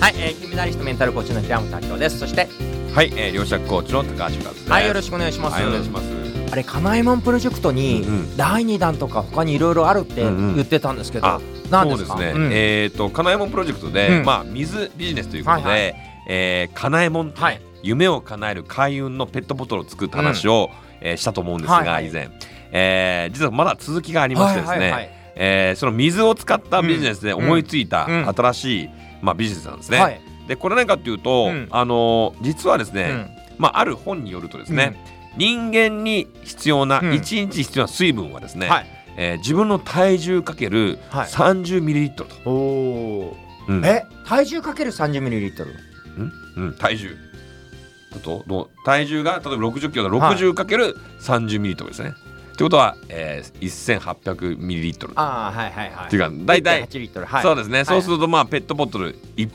はい、えー、金メダリストメンタルコーチの平本明夫です。そして、はい、えー、両者コーチの高橋和です。はい、よろしくお願いします。はいお願いします。あれ、かなえもんプロジェクトに、うんうん第二弾とか、他にいろいろあるってうんうん言ってたんですけど。あなんですか。そうですね。うんえっ、と、かなえもんプロジェクトで、うんまあ、水ビジネスということで、はいはえーかなえもんってね、はい夢を叶える開運のペットボトルを作った話を、えーしたと思うんですが、はいはい以前、えー実はまだ続きがありましてですね、はいはいはいえーその水を使ったビジネスで思いついたうんうん新しい、まあ、ビジネスなんですね。はいで、これ何かというと、うんあのー実はですね、うんまあ、ある本によるとですね、人間に必要な、うん1日必要な水分はですね、はいえー自分の体重かけるはい30ミリリットルおと、お。うんえ、体重かける三十ミリリットル。うんうん体重だとどう体重が例えば60キロだとはい60かける30ミリリットルですね。ってことは、えー、1800ミリリットルっああ、はいはいはい。ていうか大体、八リットル。はい。そうですね、そうする。るとまあペットボトル 1,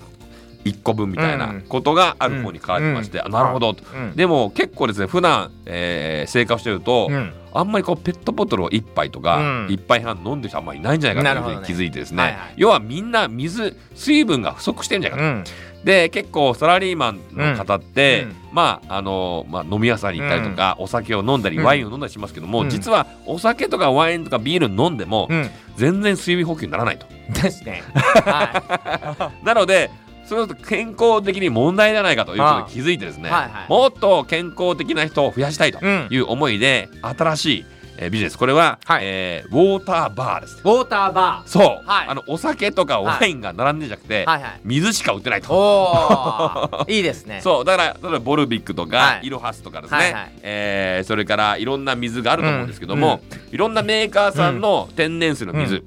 一個分みたいうんなことがある方に変わりまして、うんあなるほどと、うんでも結構ですね普段、えー生活してると、うん。あんまりこうペットボトルを1杯とかうん1杯半飲んでる人あんまりいないんじゃないかというふうなるほにど気ねづいてですはいねはい要はみんな水水分が不足してるんじゃないうかとん。で結構サラリーマンの方ってうんまああのまあ飲み屋さんに行ったりとかお酒を飲んだりうんワインを飲んだりしますけどうもん実はお酒とかワインとかビール飲んでもうん。全然水分補給にならないとですね。はなのでそれだと健康的に問題じゃないかということに気づいてですねあはいはいもっと健康的な人を増やしたいとい。 うん。ウいう思いで新しいえービジネスこれは、はいえーウォーターバーですォーターバー。そう、はいあのお酒とかワインが並んでんじゃなくて、はいはい。水しか売ってないと、お お。いいですね。そうだから例えばボルビックとか、はいイロハスとかですね、はいはいえーそれからいろんな水があると思うんですけども、いろんなメーカーさんの天然水の水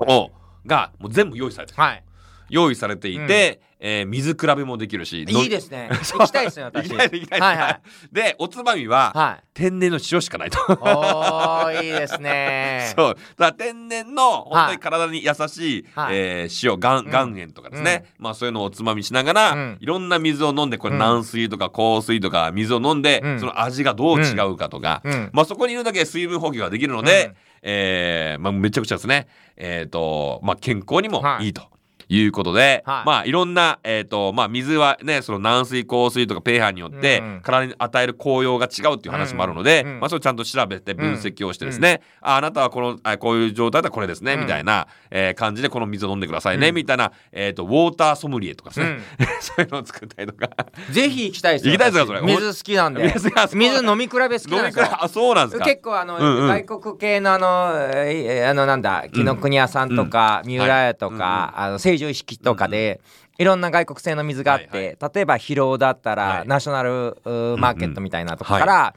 を、がもう全部用意されてるはい。用意されていて、えー水比べもできるしいいですす ね。行きたいですね、行私。 きたいです行きたいですはいはい。でおつまみは、はい。天然の塩しかないと。おーいいですね。う。そうだから天然の本当はいに体に優しい、はいえー塩岩ん岩塩とかですね、まあそういうのをおつまみしながら、うんいろんな水を飲んでこうれん軟水とか硬水とか水を飲んで、うんその味がどう違うかとか、うん。まあそこにいるだけで水分補給ができるので、うんえーまあ、めちゃくちゃですね、えーとまあ、健康にもはいいいと。いうことで、はいまあいろんなえっ、とまあ水はねその軟水硬水とかペーハーによってうんうん体に与える効用が違うっていう話もあるので、うんうんまあそれをちゃんと調べて分析をしてですね、ああなたはこのあこういう状態だったらこれですね、うんみたいな、えー感じでこの水を飲んでくださいね、うんみたいなえっ、とウォーターソムリエとかですね、 そういうのを作ったりとか、うんぜひ行きたいですよ。行きたいですよ私それ水好きなんで。水がそう水飲み比べ好き飲なんでみ比す べよ。あそうなんですか結構あの、うんうん外国系のあの、えーあのなんだ紀ノ国屋さんとか、三浦屋とか、はあの成城石井とかで、いろんな外国製の水があって、はい例えば広尾だったら、はいナショナルうーマーケットみたいなとこうんから、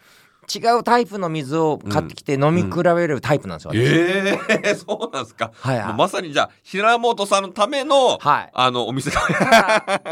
違うタイプの水を買ってきて飲み比べるタイプなんですよ、私ええそうなんですか。はいはいもうまさにじゃあ平本さんのための、はいあのお店が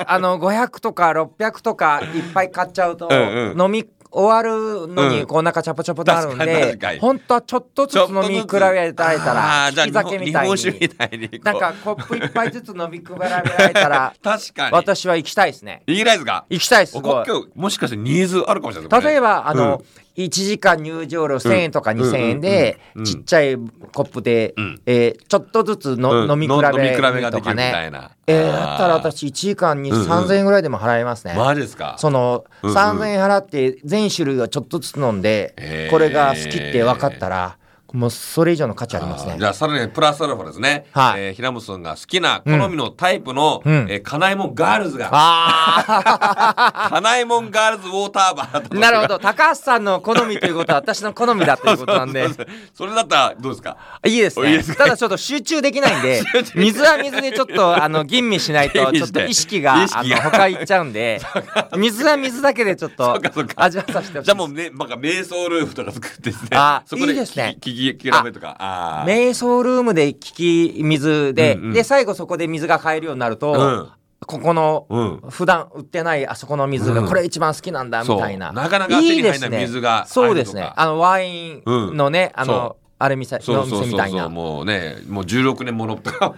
あの500とか600とかいっぱい買っちゃうとうんうん飲み終わるのうにんこうお腹チャポチャポとなるん確かに確でかに本当はちょっとずつ飲み比べられたら あーじゃあ引き酒みたい日本酒みにたいにこうなんかコップ一杯ずつ飲み比べられたら 確かに私は行きたいですねいいですか行きたいですこごいこ今日もしかしてニーズあるかもしれないですね例えばあうのん1時間入場料1000円とか2000円でうんうんうんうちんっちゃいコップでうんえーちょっとずつのうん飲み比飲み比べがべできるとみかたいねなえーあーだったら私1時間にうんうん3000円ぐらいでも払いますねマジですかそのうんうん3000円払って全種類をちょっとずつ飲んへでーこれが好きって分かったらもうそれ以上の価値ありますあーねじ。ゃあさらにプラスアルファですね、はいえー平本さんが好きな好みのタイプの、うんえー、かなえもんガールズが、あかなえもんガールズウォーターバーだとあ なるほど高橋さんの好みということは私の好みだということなんで それだったらどうですかいいですいいねですねただちょっと集中できないん で水は水でちょっとあの吟味しないとち吟味ょっしてと意識が意あ識のが他行っちゃうん で水は水だけでちょっとうかそうか味わわさせてほしいじゃあもうね、なんか瞑想ルームとか作ってですね。あそこでいいですね聞き比べとか。ああ。瞑想ルームで聞き水で、うんうんで最後そこで水が買えるようになると、うんここの、うん普段売ってないあそこの水うがんこれ一番好きなんだみそうたいな、なかなか手に入らない水がですねそうです入るねとかあのワインのね、うんあのあれみさそうその店うみそたういそう。なもうね、もう16年ものとか。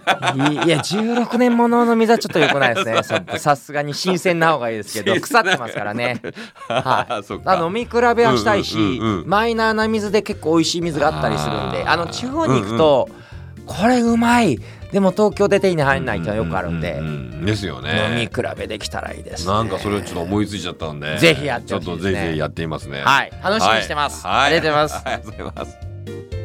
いいや16年ものの水はちょっと良くないです ねささすがに新鮮な方がいいですけど新腐鮮なってますからねあはー そっいかあの飲み比べはしたいし、うんうんうんうんマイナーな水で結構美味しい水があったりするんであーあの地方に行くと、これうまいでも東京で手に入んないってのはよくあるんで、ううんですよ飲みね比べできたらいいです、ね、なんかそれをちょっと思いついちゃったんでぜひやってちょほっしいでとすねぜひぜひやってみますねはい楽しみにしてます、はいありがとうございます、はいありがとうございます